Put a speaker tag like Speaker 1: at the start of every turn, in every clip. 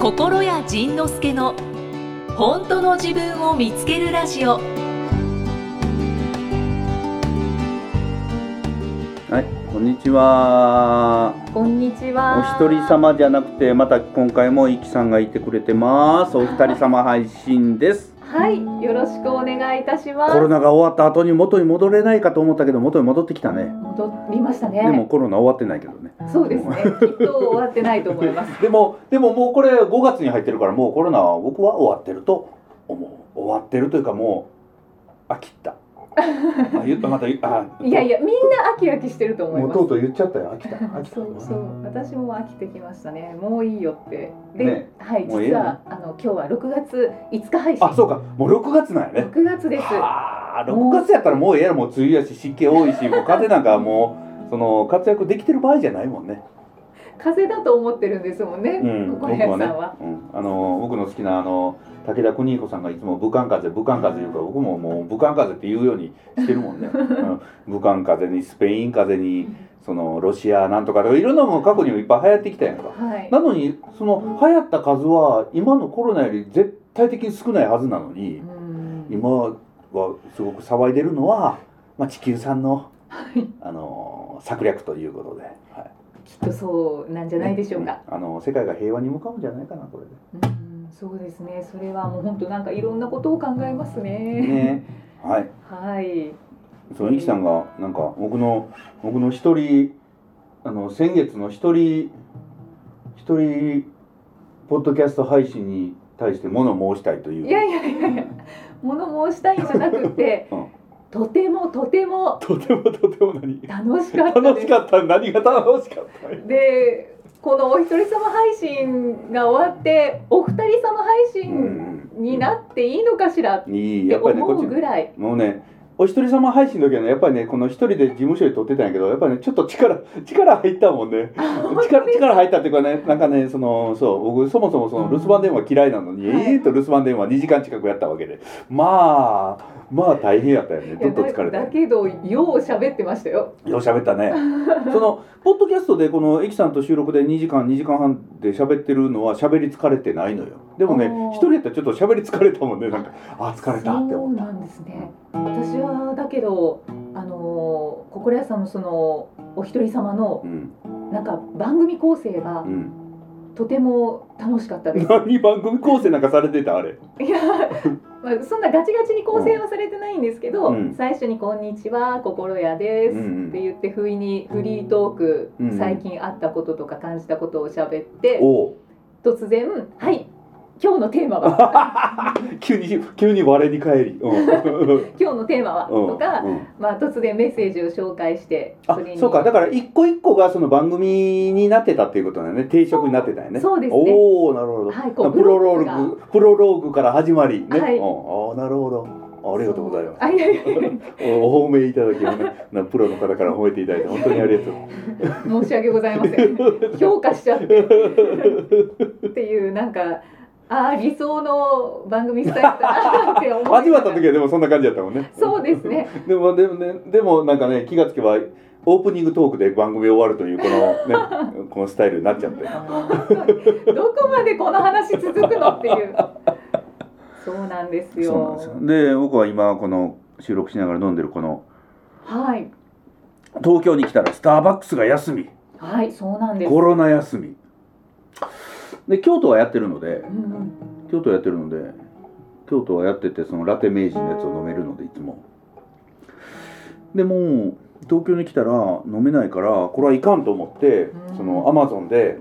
Speaker 1: 心谷仁之助の本当の自分を見つけるラジオ
Speaker 2: はい、こんにちは。
Speaker 3: こんにち
Speaker 2: お
Speaker 3: は。
Speaker 2: 一人。様じゃなくて、また今回もイキさんがいてくれてます。お二人様配信 です。
Speaker 3: はい、よろしくお願いいたします。
Speaker 2: コロナが終わった後に元に戻れないかと思ったけど、元に戻ってきたね。
Speaker 3: 戻りましたね。
Speaker 2: でもコロナ終わってないけどね。
Speaker 3: そうですね。きっと終わってないと思います。
Speaker 2: でも、でももうこれ5月に入ってるから、もうコロナは僕は終わってると思う。終わってるというかもう、飽きた。 あ、言った、また言った。あ
Speaker 3: いやいや、みんな飽き飽きしてると思い
Speaker 2: もう
Speaker 3: ま
Speaker 2: と
Speaker 3: す。
Speaker 2: うとう言っちゃったよ。飽きた。飽きた。
Speaker 3: そうそう、私も飽きてきましたね。もういいよって。で、
Speaker 2: ね
Speaker 3: はい、
Speaker 2: もういい
Speaker 3: 実
Speaker 2: よ
Speaker 3: はあの今日は6月5日配信。
Speaker 2: あ、そうか。もう6月なんやね。
Speaker 3: 6月です。
Speaker 2: ああ6月やったらもうええやろもう梅雨やし湿気多いしもう風なんかもう その活躍できてる場合じゃないもんね。
Speaker 3: 風邪だと思ってるんですもんね。
Speaker 2: うん、
Speaker 3: 心谷さんは。
Speaker 2: うん、あの僕の好きなあの武田邦彦さんがいつも武漢風邪武漢風邪言うから僕ももう武漢風邪って言うようにしてるも んね。うん、武漢風邪にスペイン風邪にそのロシアなんとかとかいろんなもの過去にもいっぱい流行ってきたやんか。
Speaker 3: はい。
Speaker 2: なのにその流行った数は今のコロナより絶対的に少ないはずなのに。
Speaker 3: うん
Speaker 2: 今はすごく騒いでるのは、まあ、地球さんの、
Speaker 3: はい
Speaker 2: あのー策略ということで、はい、
Speaker 3: きっとそうなんじゃないでしょうか。
Speaker 2: うんあの世界が平和に向かうんじゃないかなこれで
Speaker 3: うん、そうですね。それはもう本当なんかいろんなことを考えます
Speaker 2: ねはい
Speaker 3: はい。
Speaker 2: そのイキさんがなんか僕の僕の一人あの先月の一人一人ポッドキャスト配信に対して物申したいという
Speaker 3: いやいやいやいや、物申したいんじゃなくて、
Speaker 2: うん
Speaker 3: とてもとても
Speaker 2: とてもとても何
Speaker 3: 楽しかった
Speaker 2: 楽
Speaker 3: で
Speaker 2: し
Speaker 3: す。
Speaker 2: かった何が楽しかった
Speaker 3: で、このお一人様配信が終わって、お二人様配信になっていいのかしらっ
Speaker 2: いい
Speaker 3: て
Speaker 2: やっぱりねこっ
Speaker 3: 思
Speaker 2: ち
Speaker 3: うぐらい。
Speaker 2: もうね、お一人様配信の時はね、やっぱりね、この一人で事務所で撮ってたんやけど、やっぱりね、ちょっと力、力入ったもんね。力、力入ったっていうかね、なんかね、その、そう、僕、そもそもその留守番電話嫌いなのに、
Speaker 3: はい
Speaker 2: ええと留守番電話2時間近くやったわけで。まあ、まあ大変やったよね。
Speaker 3: い
Speaker 2: ち
Speaker 3: や
Speaker 2: ょっと疲れた
Speaker 3: だ
Speaker 2: よ
Speaker 3: だ。けど、よう喋ってましたよ。
Speaker 2: よう喋った ね。その、ポッドキャストで、この、エキさんと収録で2時間、2時間半で喋ってるのは喋り疲れてないのよ。でもね
Speaker 3: あー、
Speaker 2: 一人やったらちょっと喋り疲れたもんね、なんか、あ、疲れたって
Speaker 3: そ
Speaker 2: 思
Speaker 3: う
Speaker 2: った。
Speaker 3: なんですね。私はだけど、あのー心屋さんのそのお一人様の
Speaker 2: うん、
Speaker 3: なんか番組構成が
Speaker 2: うん。
Speaker 3: とても楽しかったです。
Speaker 2: 何番組構成なんかされてたあれ
Speaker 3: いや、まあ、そんなガチガチに構成はされてないんですけど、
Speaker 2: うん
Speaker 3: 最初に「こんにちは心屋です」
Speaker 2: うんうん
Speaker 3: って言って不意にフリートーク、
Speaker 2: うんうん
Speaker 3: 最近あったこととか感じたことを喋って、
Speaker 2: おう
Speaker 3: 突然「はい今日のテーマは
Speaker 2: 急に急に我に返り、 うん、うん
Speaker 3: 今日のテーマは」とか、
Speaker 2: うん
Speaker 3: まあ、突然メッセージを紹介して
Speaker 2: あ
Speaker 3: に
Speaker 2: そうかだから一個一個がその番組になってたっていうことだよね定食になってたよね
Speaker 3: そうですね
Speaker 2: おおなるほど、
Speaker 3: はいこう
Speaker 2: プロロ
Speaker 3: ブロ
Speaker 2: ー
Speaker 3: ッ
Speaker 2: グプロローグから始まりね、
Speaker 3: はい
Speaker 2: うんああなるほどありがとうございます
Speaker 3: あいやいやいや
Speaker 2: おお褒めいただきをねなプロの方から褒めていただいて本当にありがとう
Speaker 3: 申し訳ございませ ん評価しちゃってっていうなんかああ理想の番組スタイルだなって思い ながら
Speaker 2: 始まった時はでもそんな感じだったもんね
Speaker 3: そうですね
Speaker 2: でもでもねでもなんかね気がつけばオープニングトークで番組終わるというこのねこのスタイルになっちゃって
Speaker 3: 本当にどこまでこの話続くのっていう。そうなんですよ。
Speaker 2: で僕は今この収録しながら飲んでるこの
Speaker 3: はい。
Speaker 2: 東京に来たらスターバックスが休み
Speaker 3: はい、そうなんです。
Speaker 2: コロナ休みで京都はやってるので
Speaker 3: うんうん、
Speaker 2: 京都やってるので京都はやっててそのラテ名人のやつを飲めるのでいつもでもう東京に来たら飲めないからこれはいかんと思って、
Speaker 3: うん
Speaker 2: そのアマゾンで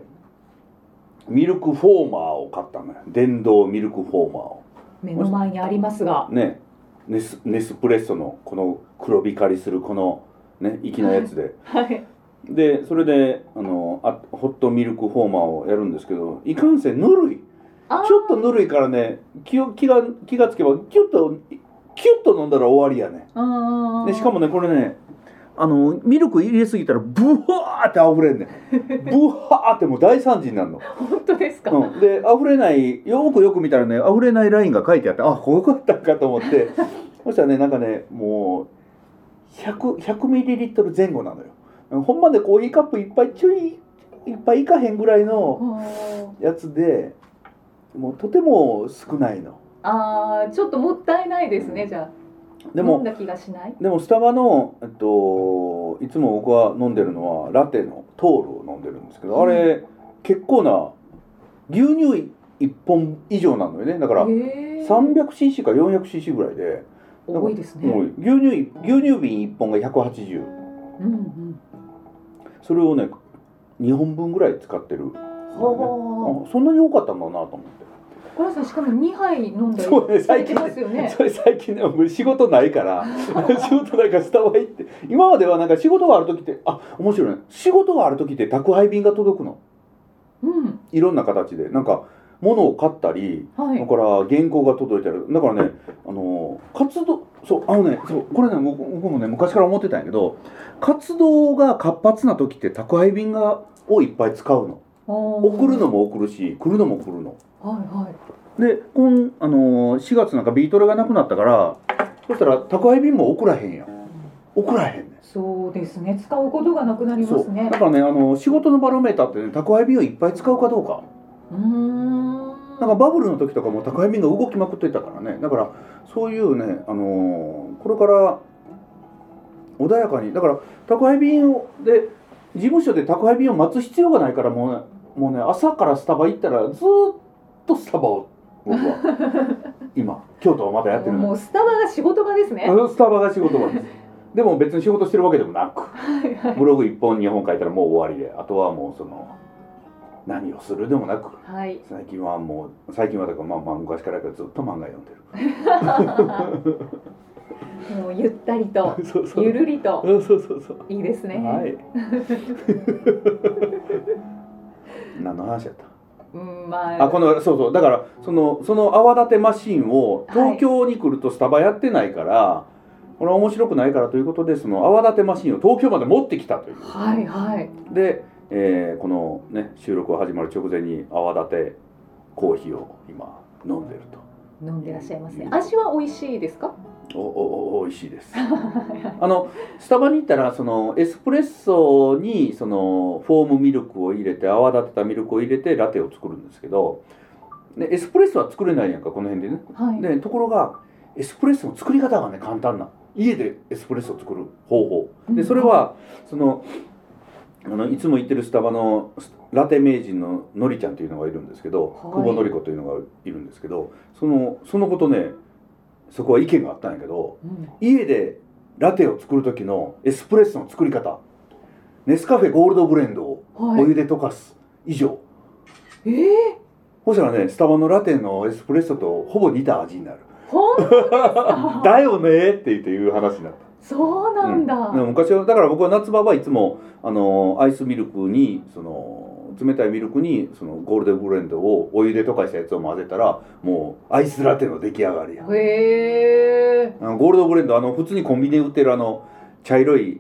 Speaker 2: ミルクフォーマーを買ったのよ電動ミルクフォーマーを
Speaker 3: 目の前にありますが。
Speaker 2: ねネスネスプレッソのこの黒光りするこのね粋なやつで、
Speaker 3: はい。
Speaker 2: でそれであのあホットミルクフォーマーをやるんですけどいかんせんぬるい
Speaker 3: あー
Speaker 2: ちょっとぬるいからね気を気が気がつけばキュッとキュッと飲んだら終わりやね
Speaker 3: うんうんうん。
Speaker 2: でしかもねこれねあのミルク入れすぎたらブワーって溢れんね んブワーってもう大惨事になるの、
Speaker 3: 本当ですか。
Speaker 2: うん、で溢れないよくよく見たらね溢れないラインが書いてあってあこういうことだったんかと思って そしたらねなんかねもう100 100ミリリットル前後なのよほんまでコーヒーカップいっぱいちょいいっぱいいかへんぐらいの
Speaker 3: おー
Speaker 2: やつでもうとても少ないの
Speaker 3: ああちょっともったいないですね、
Speaker 2: うん
Speaker 3: じゃあ
Speaker 2: で
Speaker 3: 飲ん
Speaker 2: も
Speaker 3: だ気がしない
Speaker 2: でもスタバの、えっと、いつも僕は飲んでるのはラテのトールを飲んでるんですけどあれ、結構な牛乳1本以上なのよねだから
Speaker 3: へえ
Speaker 2: 300cc か 400cc ぐらいで、
Speaker 3: 多いですね
Speaker 2: もう牛乳牛乳瓶1本が180
Speaker 3: うんうん
Speaker 2: それをね2本分ぐらい使ってる、ね、
Speaker 3: は
Speaker 2: あそんなに多かったんだなと思って
Speaker 3: あ小林さんしかも2杯飲んだ
Speaker 2: そうね
Speaker 3: りされ
Speaker 2: 最
Speaker 3: て
Speaker 2: 近
Speaker 3: ますよね
Speaker 2: それ最近ね僕仕事ないから仕事ないからスタバ行って今まではなんか仕事がある時ってあ面白いね仕事がある時って宅配便が届くの
Speaker 3: うん
Speaker 2: いろんな形でなんか物を買ったり
Speaker 3: は
Speaker 2: だ
Speaker 3: い
Speaker 2: から原稿が届いたりだからねあの活動そうあのねそうこれね僕僕もね昔から思ってたんやけど活動が活発な時って宅配便がをいっぱい使うの送
Speaker 3: 送
Speaker 2: るのも送るし来るのも来るの
Speaker 3: はいはい
Speaker 2: でこん、あのー4月なんかビートルがなくなったからそしたら宅配便も送らへんやん送らへんね
Speaker 3: そうですね使うことがなくなり
Speaker 2: んそ
Speaker 3: ま
Speaker 2: う
Speaker 3: す
Speaker 2: だ
Speaker 3: ね
Speaker 2: からね、あのー仕事のバロメーターってね宅配便をいっぱい使うかどうか
Speaker 3: うーん
Speaker 2: なんかバブルの時とかも宅配便が動きまくってたからねだからそういうね、あのーこれから穏やかにだから宅配便をで事務所で宅配便を待つ必要がないからもうねもうね朝からスタバ行ったらずーっとスタバを僕 は今京都はまだやってるの
Speaker 3: もうスタバが仕事場ですね
Speaker 2: あのスタバが仕事場です。でも別に仕事してるわけでもなく、
Speaker 3: はいはい
Speaker 2: ブログ1本2本書いたらもう終わりで、あとはもうその何をするでもなく、
Speaker 3: はい
Speaker 2: 最近はもう最近はだからまあまあ昔からやからずっと漫画読んでる。
Speaker 3: もうゆったりと
Speaker 2: そうそう。
Speaker 3: ゆるりと
Speaker 2: うんそうそうそう。
Speaker 3: いいですね、
Speaker 2: はい。 何の話やった。
Speaker 3: うんまあ
Speaker 2: あこのそうそうだからそのその泡立てマシンを東京に来るとスタバやってないから、これは面白くないからということでその泡立てマシンを東京まで持ってきたという。
Speaker 3: はいはい
Speaker 2: で、えーこの、ね、収録が始まる直前に泡立てコーヒーを今飲んでる
Speaker 3: 飲んでらっしゃいますね味は美味しいですか
Speaker 2: とおおお美味しいですあのスタバに行ったらそのエスプレッソにそのフォームミルクを入れて泡立てたミルクを入れてラテを作るんですけどでエスプレッソは作れないやんかこの辺でね
Speaker 3: はい
Speaker 2: でところがエスプレッソの作り方がね簡単な家でエスプレッソを作る方法
Speaker 3: う
Speaker 2: で
Speaker 3: ん
Speaker 2: それはそのあのいつも行ってるスタバのスラテ名人ののりちゃんというのがいるんですけど、
Speaker 3: はい
Speaker 2: 久保のり子というのがいるんですけどそのそのことねそこは意見があったんやけど
Speaker 3: うん
Speaker 2: 家でラテを作る時のエスプレッソの作り方ネスカフェゴールドブレンドを
Speaker 3: はい
Speaker 2: お湯で溶かす以上、
Speaker 3: ええ
Speaker 2: そしたらねスタバのラテのエスプレッソとほぼ似た味になる
Speaker 3: ほん
Speaker 2: 「 だよね」って言っていう話になった。
Speaker 3: そうなんだ、
Speaker 2: うんでも昔はだから僕は夏場はいつもあのアイスミルクにその冷たいミルクにそのゴールデンブレンドをお湯で溶かしたやつを混ぜたらもうアイスラテの出来上がりや
Speaker 3: へえ
Speaker 2: あのゴールドブレンドあの普通にコンビニで売ってるあの茶色い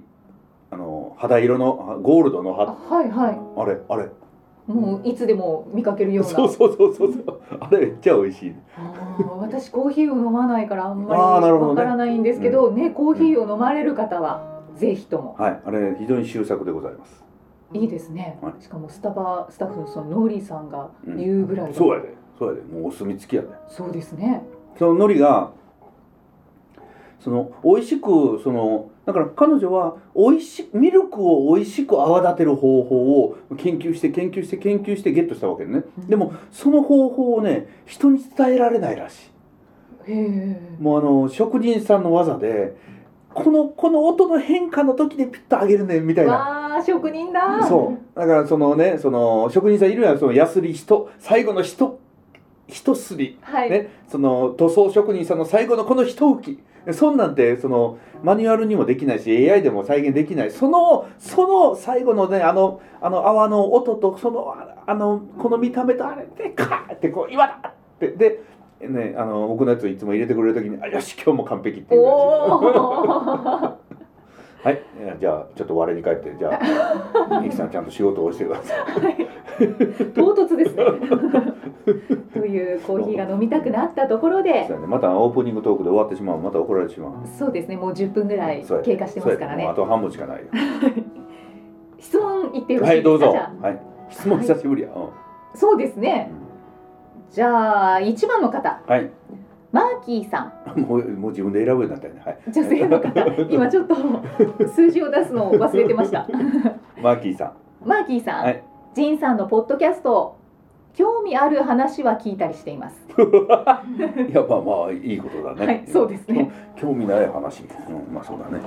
Speaker 2: あの肌色のあゴールドの
Speaker 3: あ
Speaker 2: は
Speaker 3: はいは
Speaker 2: あれあれ
Speaker 3: いもういつでも見かけるような
Speaker 2: そうそうそうそうそうあれめっちゃ美味しい
Speaker 3: あー私コーヒーを飲まないからあんまり
Speaker 2: あーなるほど
Speaker 3: わ
Speaker 2: ね
Speaker 3: からないんですけどねコーヒーを飲まれる方はぜひとも
Speaker 2: はいあれ非常に秀作でございます
Speaker 3: いいですね、
Speaker 2: はい
Speaker 3: しかもスタバスタッフのそのノーリーさんが
Speaker 2: うん
Speaker 3: 言うぐらいの
Speaker 2: そうやでそうやでもうお墨付きやで
Speaker 3: そうですね
Speaker 2: その海苔がその美味しくそのだから彼女は美味しミルクを美味しく泡立てる方法を研究して研究して研究してゲットしたわけね、
Speaker 3: うん
Speaker 2: でもその方法をね人に伝えられないらし
Speaker 3: へえ
Speaker 2: いもうあの職人さんの技でこのこの音の変化の時でピッと上げるねみたいな
Speaker 3: わあ職人だ
Speaker 2: そうだからそのねその職人さんいるやんそのヤスリ一最後の一一すり
Speaker 3: はい、
Speaker 2: ね、その塗装職人さんの最後のこの一浮きそんなんてそのマニュアルにもできないし AI でも再現できないそのその最後のねあのあの泡の音とそのああのこの見た目とあれでカーってこう今だってで、ね、あの僕のやつをいつも入れてくれる時に「あよし今日も完璧」って
Speaker 3: お
Speaker 2: いう感
Speaker 3: お
Speaker 2: じはいえーじゃあちょっと我に返ってじゃ あミキさんちゃんと仕事をしてください
Speaker 3: 唐突ですねというコーヒーが飲みたくなったところで
Speaker 2: そうやねまたオープニングトークで終わってしまうまた怒られてしまう
Speaker 3: そうですねもう10分ぐらい
Speaker 2: そうや
Speaker 3: 経過してますから
Speaker 2: そうやもう
Speaker 3: ね
Speaker 2: あと半分しかないよ
Speaker 3: 質問言ってよろし
Speaker 2: はいい、
Speaker 3: で
Speaker 2: ど
Speaker 3: す
Speaker 2: う
Speaker 3: か
Speaker 2: ぞ。
Speaker 3: じゃ
Speaker 2: はい。質問久しぶりや。うん
Speaker 3: あそうですねじゃあ一番の方
Speaker 2: はい
Speaker 3: マーキーさん
Speaker 2: もうもう自分で選ぶようになったよねはい
Speaker 3: 女 性の方今ちょっと数字を出すのを忘れてました
Speaker 2: マーキーさん
Speaker 3: マーキーさん、
Speaker 2: はい
Speaker 3: ジンさんのポッドキャスト興味ある話は聞いたりしています
Speaker 2: いやまあまあいいことだね、
Speaker 3: はいそうですね
Speaker 2: 興味ない話、うん、まあそうだね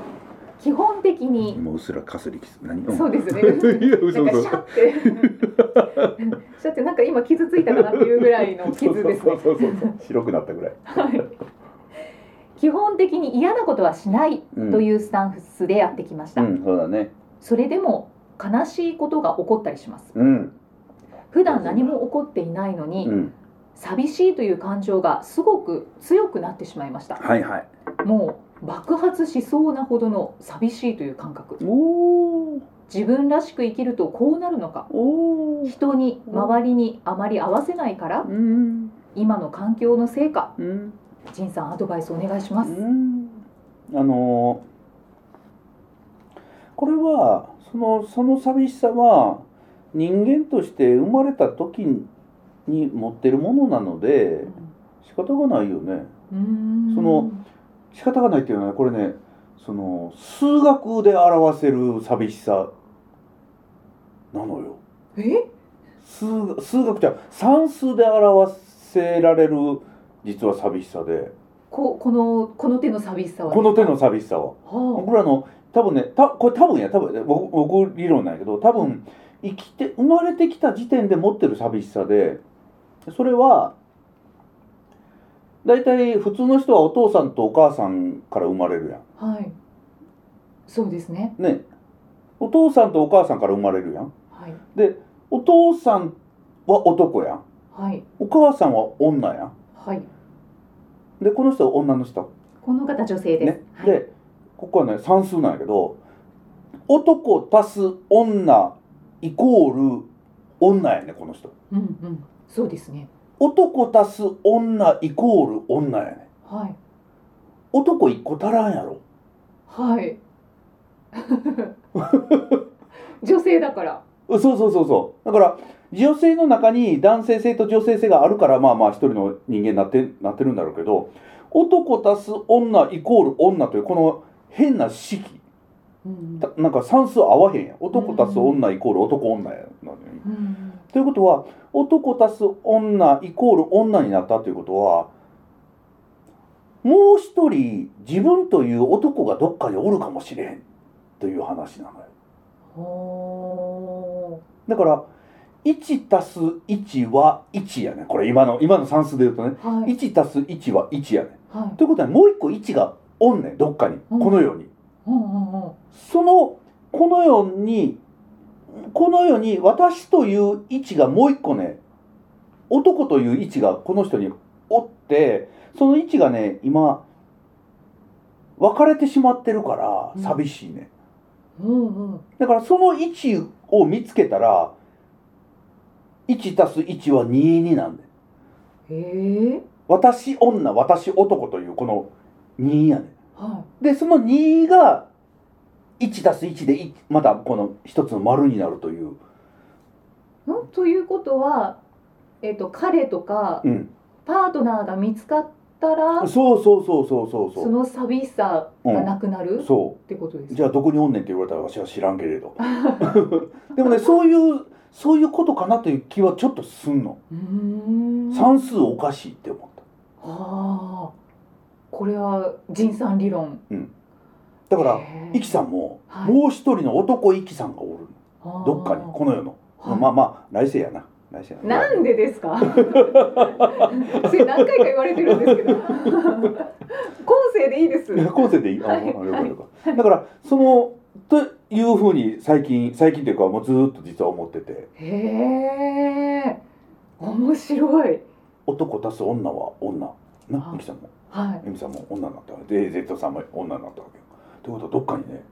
Speaker 3: 基本的に
Speaker 2: 今うっすらかすりキス何
Speaker 3: そうですね
Speaker 2: いや嘘
Speaker 3: なんかシ
Speaker 2: 嘘
Speaker 3: ャって シャってなんか今傷ついたかなっていうぐらいの傷です
Speaker 2: そう
Speaker 3: ね
Speaker 2: そうそうそう白くなったぐらい、
Speaker 3: はい基本的に嫌なことはしない
Speaker 2: うん、
Speaker 3: というスタンスでやってきまし
Speaker 2: う
Speaker 3: た、
Speaker 2: んそうだね
Speaker 3: それでも悲しいことが起こったりします
Speaker 2: うん
Speaker 3: 普段何も起こっていないのに、
Speaker 2: うん
Speaker 3: 寂しいという感情がすごく強くなってしまいました
Speaker 2: はいはい
Speaker 3: もう爆発しそうなほどの寂しいという感覚
Speaker 2: おー
Speaker 3: 自分らしく生きるとこうなるのか
Speaker 2: おー
Speaker 3: 人に周りにあまり合わせないから
Speaker 2: うん
Speaker 3: 今の環境のせいか
Speaker 2: うん
Speaker 3: 仁さんアドバイスお願いします
Speaker 2: うんあのーこれはそのその寂しさは人間として生まれた時に持ってるものなので仕方がないよね
Speaker 3: うん
Speaker 2: その仕方がないっていうのはこれねその数学で表せる寂しさなのよ
Speaker 3: え
Speaker 2: 数数学じゃ算数で表せられる実は寂しさで
Speaker 3: ここのこの手の寂しさは
Speaker 2: この手の寂しさは。
Speaker 3: は
Speaker 2: 僕らの多分ねたこれ多分や多分ね僕僕理論なんやけど多分生きて生まれてきた時点で持ってる寂しさでそれは大体普通の人はお父さんとお母さんから生まれるや
Speaker 3: あはいそうですね
Speaker 2: んねお父さんとお母さんから生まれるやん
Speaker 3: はい
Speaker 2: お父さんは男やん
Speaker 3: はい
Speaker 2: お母さんは女や
Speaker 3: はい
Speaker 2: んでこの人は女の人
Speaker 3: この方女性です、
Speaker 2: ね、
Speaker 3: はい
Speaker 2: でここはね算数なんやけど男足す女イコール女やねこの人
Speaker 3: うんうんそうですね
Speaker 2: 男足す女イコール女やね
Speaker 3: はい
Speaker 2: 男一個足らんやろ
Speaker 3: はい女性だから
Speaker 2: そうそうそうそうだから女性の中に男性性と女性性があるからまあまあ一人の人間になってなってるんだろうけど男足す女イコール女というこの変な式
Speaker 3: うん
Speaker 2: たなんか算数合わへんやん男足す女イコール男女やなのよ
Speaker 3: うん
Speaker 2: ということは男足す女イコール女になったということはもう一人自分という男がどっかにおるかもしれへんという話なのよ
Speaker 3: ほ
Speaker 2: だから1足す1は1やねこれ今の今の算数で言うとね
Speaker 3: ーはい
Speaker 2: 1足す1は1やね
Speaker 3: はい
Speaker 2: ということはもう一個1がおんねんどっかに
Speaker 3: うん
Speaker 2: このように
Speaker 3: うんうんうん
Speaker 2: そのこの世にこの世に私という位置がもう一個ね男という位置がこの人におってその位置がね今別れてしまってるか
Speaker 3: うん
Speaker 2: ら寂しいね、
Speaker 3: うんうん
Speaker 2: だからその位置を見つけたら1足す1は2になんで
Speaker 3: へえ
Speaker 2: 私女私男というこの2やね
Speaker 3: は
Speaker 2: でその2が1足す1でいまたこの一つの丸になるという、
Speaker 3: いんということはえっ、と彼とか
Speaker 2: うん、
Speaker 3: パートナーが見つかったら
Speaker 2: そうそうそうそうそう
Speaker 3: そ
Speaker 2: そう
Speaker 3: の寂しさがなくなるっ
Speaker 2: そ
Speaker 3: てことで
Speaker 2: う
Speaker 3: す
Speaker 2: じ
Speaker 3: か
Speaker 2: ゃあどこにおんねんって言われたら私は知らんけれど でもねそういうそういうことかなという気はちょっとすんの
Speaker 3: うーん
Speaker 2: 算数おかしいって思っ
Speaker 3: ああこれは仁さん理論
Speaker 2: ただから
Speaker 3: へー
Speaker 2: イキさんも、
Speaker 3: はい
Speaker 2: もう一人の男イキさんがおる
Speaker 3: あー
Speaker 2: どっかにこの世の、
Speaker 3: はい
Speaker 2: まあまあ来世やな来世や
Speaker 3: なんでですか それ何回か言われてるんですけど今世でいいです
Speaker 2: いや今世でいいあ、
Speaker 3: はい
Speaker 2: あ了解了解だからそのというふうに最近最近というかもうずーっと実は思ってて
Speaker 3: へえ面白い
Speaker 2: 男足す女は女な
Speaker 3: あ
Speaker 2: ミキさんも
Speaker 3: はい
Speaker 2: エミさんも女になったわけで AZ さんも女になったわけよということはどっかにね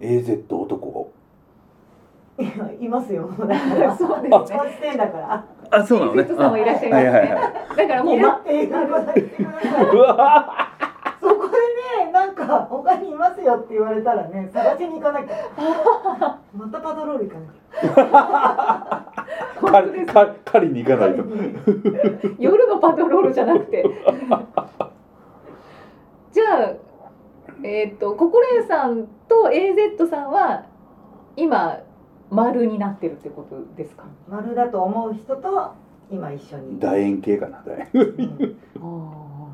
Speaker 2: AZ 男
Speaker 4: いや いま すよ。そ
Speaker 3: そ
Speaker 4: う
Speaker 3: うですね
Speaker 4: してんだから。
Speaker 2: があそう
Speaker 3: なのね AZ さんもいらっしゃいま
Speaker 2: は
Speaker 3: す
Speaker 2: い
Speaker 3: ね
Speaker 2: はいは
Speaker 3: だから もう、
Speaker 4: いる
Speaker 3: ま
Speaker 4: っ、ていうこと言ってください。
Speaker 2: いうわ
Speaker 4: そこでね、なんか他にいますよって言われたらね、 探しに行かなきゃ。またパトロール行かなきゃ。
Speaker 3: こ 本当
Speaker 2: 狩
Speaker 3: です
Speaker 2: り狩り狩りに行かないと
Speaker 3: 夜のパトロールじゃなくてじゃあえっ、とココレイさんと AZ さんは今丸になってるってことですか
Speaker 4: 丸だと思う人と今一緒に。
Speaker 2: 楕円形かな楕円
Speaker 4: うん
Speaker 3: は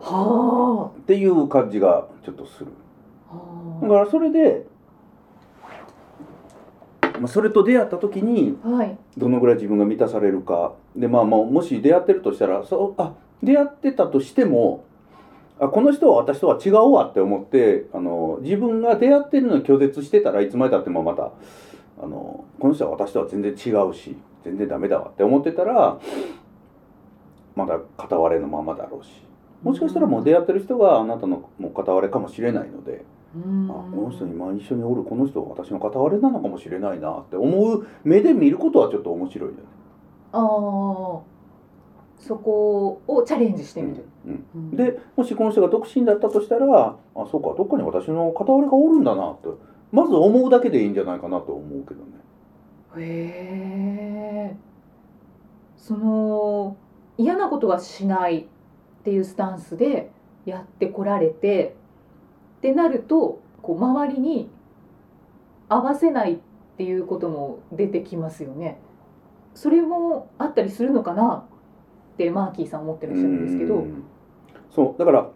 Speaker 3: あ
Speaker 2: っていう感じがちょっとするだからそれでまあそれと出会った時に
Speaker 3: はい
Speaker 2: どのぐらい自分が満たされるかでまあまあもし出会ってるとしたらそうあ出会ってたとしてもあこの人は私とは違うわって思ってあの自分が出会ってるのを拒絶してたらいつまでたってもまたあのこの人は私とは全然違うし全然ダメだわって思ってたらまだ片割れのままだろうしもしかしたらもう出会ってる人があなたのもう片割れかもしれないので
Speaker 3: うん
Speaker 2: あこの人今一緒におるこの人は私の片割れなのかもしれないなって思う目で見ることはちょっと面白いよね。
Speaker 3: あーそこをチャレンジしてみる、
Speaker 2: うんうん、でもしこの人が独身だったとしたらあそうかどっかに私の片割れがおるんだなってまず思うだけでいいんじゃないかなと思うけどね。
Speaker 3: へえその嫌なことはしないっていうスタンスでやってこられてってなるとこう周りに合わせないっていうことも出てきますよね。それもあったりするのかなってマーキーさん思ってらっしゃるんですけ
Speaker 2: う
Speaker 3: ど。
Speaker 2: んそうだから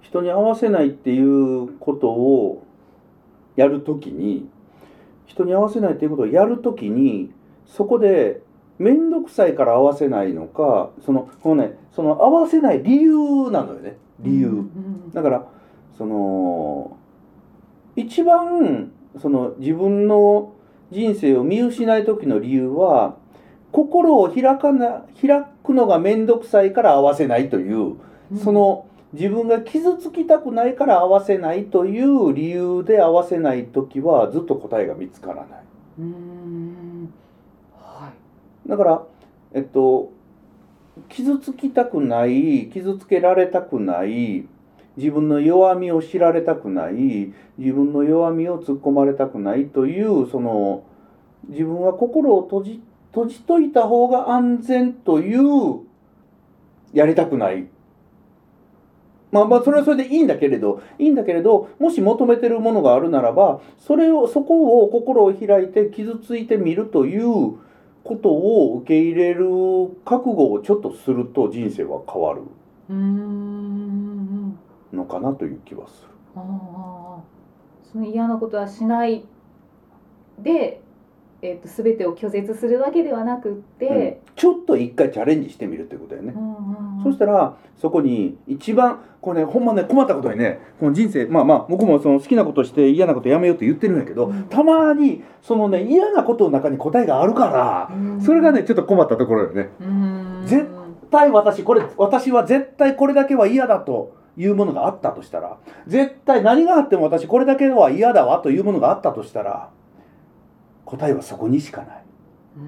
Speaker 2: 人に合わせないっていうことをやるときに人に合わせないっていうことをやるときにそこで面倒くさいから合わせないのかそのこのねその合わせない理由なのよね理由。
Speaker 3: うんうん
Speaker 2: だからその一番その自分の人生を見失い時の理由は心を開かな開くのが面倒くさいから合わせないという、
Speaker 3: うん
Speaker 2: その自分が傷つきたくないから合わせないという理由で合わせない時はずっと答えが見つからない。
Speaker 3: うんはい
Speaker 2: だから、えっと、傷つきたくない傷つけられたくない自分の弱みを知られたくない自分の弱みを突っ込まれたくないというその自分は心を閉じ閉じといた方が安全というやりたくない。まあまあそれはそれでいいんだけれどいいんだけれどもし求めてるものがあるならばそれをそこを心を開いて傷ついてみるということを受け入れる覚悟をちょっとすると人生は変わる
Speaker 3: うん
Speaker 2: のかなという気はす
Speaker 3: ああその嫌なことはしないで、えー、と全てを拒絶するわけではなくっ
Speaker 2: る、
Speaker 3: て、
Speaker 2: うんちょっと一回チャレンジしてみるということだよね
Speaker 3: う、んうんうん
Speaker 2: そしたらそこに一番これねほんまね困ったことにねこの人生まあまあ僕もその好きなことして嫌なことやめようって言ってるんやけど、
Speaker 3: うん
Speaker 2: たまにそのね嫌なことの中に答えがあるからそれがねちょっと困ったところよね
Speaker 3: うん
Speaker 2: 絶絶対私これ私は絶対これだけは嫌だというものがあったとしたら絶対何があっても私これだけは嫌だわというものがあったとしたら答えはそこにしかない
Speaker 3: うん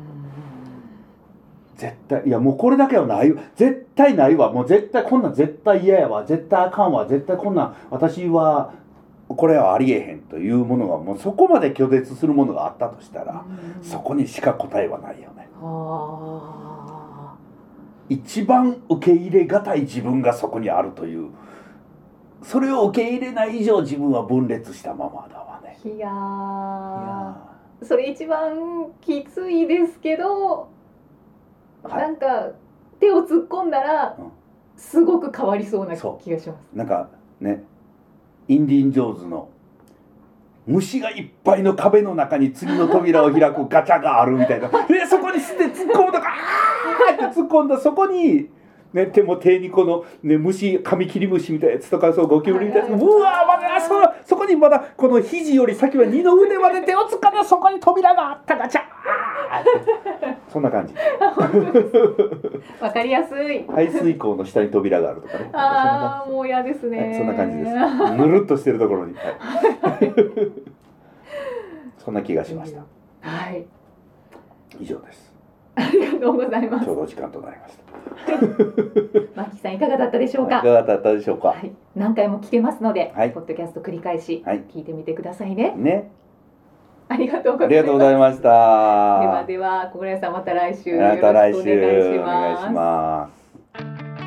Speaker 2: 絶対いやもうこれだけはない絶対ないわもう絶対こんなん絶対嫌やわ絶対あかんわ絶対こんなん私はこれはありえへんというものがもうそこまで拒絶するものがあったとしたら
Speaker 3: うん
Speaker 2: そこにしか答えはないよね
Speaker 3: あ
Speaker 2: 一番受け入れがたい自分がそこにあるというそれを受け入れない以上自分は分裂したままだわね
Speaker 3: ーいや
Speaker 2: い
Speaker 3: ー
Speaker 2: や
Speaker 3: それ一番きついですけど、
Speaker 2: ー
Speaker 3: な
Speaker 2: は
Speaker 3: んか手を突っ込んだら、
Speaker 2: うん
Speaker 3: すごく変わりそうな気
Speaker 2: そ
Speaker 3: がします。
Speaker 2: いなんかねインディ・ンジョーンズの虫がいっぱいの壁の中に次の扉を開くガチャがあるみたい なでそこに捨て突っ込むとかあーって突っ込んだそこに。ね、手も手にこの、ね、虫カミキリムシみたいなやつとかそうゴキブリみたいなやつうわーまだあそそこにまだこの肘より先は二の腕まで手をつかんだそこに扉があったガチャあー ってそんな感じ
Speaker 3: わかりやすい。
Speaker 2: 排水口の下に扉があるとかね。
Speaker 3: ああもう嫌です
Speaker 2: そんな感じ、は
Speaker 3: ね、
Speaker 2: い、そんな感じです。ぬるっとしてるところに。はい、そんな気 がしました。
Speaker 3: はい、
Speaker 2: 以上です。
Speaker 3: ありがとうございます
Speaker 2: ちょうどお時間となりました。
Speaker 3: マキさんいかがだったでしょう
Speaker 2: はいい
Speaker 3: か、
Speaker 2: かがだったでしょうか。
Speaker 3: はい、何回も聞けますので、
Speaker 2: はい
Speaker 3: ポッドキャスト繰り返し
Speaker 2: はい
Speaker 3: 聞いてみてくださいね
Speaker 2: ね。
Speaker 3: ありがとうござ
Speaker 2: あ
Speaker 3: います
Speaker 2: りがとうございました。
Speaker 3: ではでは小倉さんまた来週
Speaker 2: また来週
Speaker 3: よろしくお
Speaker 2: お願いします。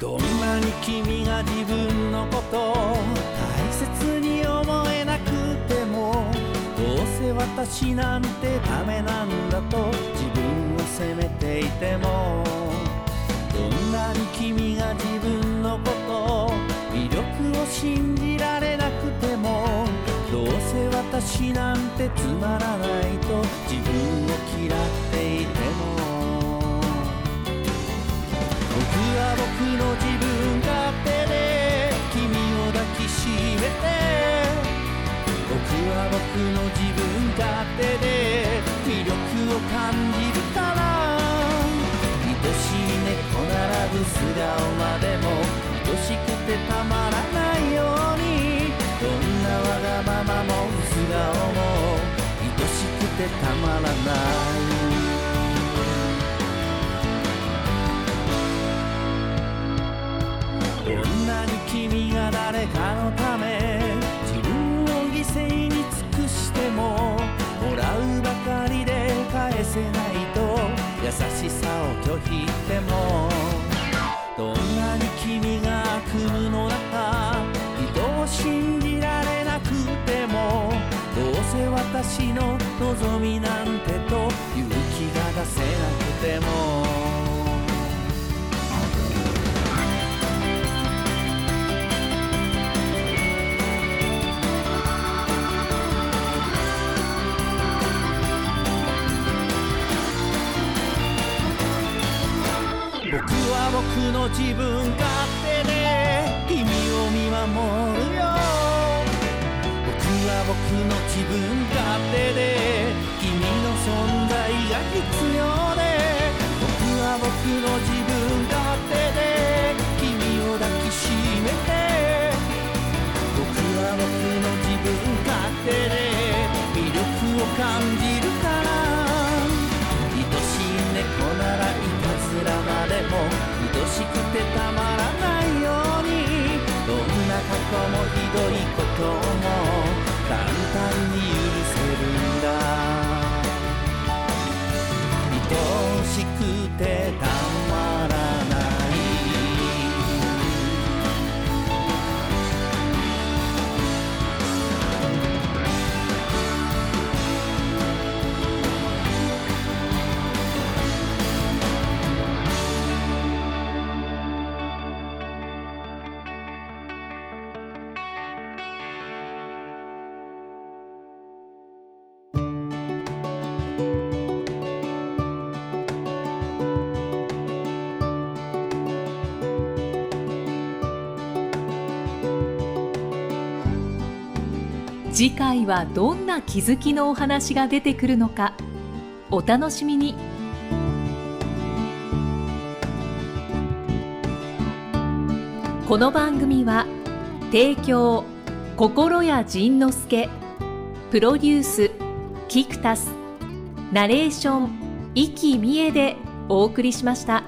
Speaker 5: どんなに君が自分のことを大切に思えなくてもどうせ私なんてダメなんだと自分を責めていてもどんなに君が自分のことを魅力を信じられなくてもどうせ私なんてつまらないと自分を嫌っていても僕は僕の自分勝手で君を抱きしめて僕は僕の自分勝手で魅力を感じるから愛しい猫並ぶ素顔までも愛しくてたまらないようにどんなわがままも素顔も愛しくてたまらないどんなに君が誰かのため自分を犠牲に尽くしてももらうばかりで返せないと優しさを拒否してもどんなに君が悪夢の中人を信じられなくてもどうせ私の望みなんてと勇気が出せなくても僕は僕の自分勝手で君を見守るよ僕は僕の自分勝手で君の存在が必要で僕は僕の自分勝手で君を抱きしめて僕は僕の自分勝手で魅力を感じるから愛しい猫ならいたずらまでも愛しくてたまらないようにどんな過去もひどいことも簡単に許せるんだ愛しくてたまらない
Speaker 1: 次回はどんな気づきのお話が出てくるのかお楽しみにこの番組は提供心谷仁之助プロデュースキクタスナレーション生きみえでお送りしました。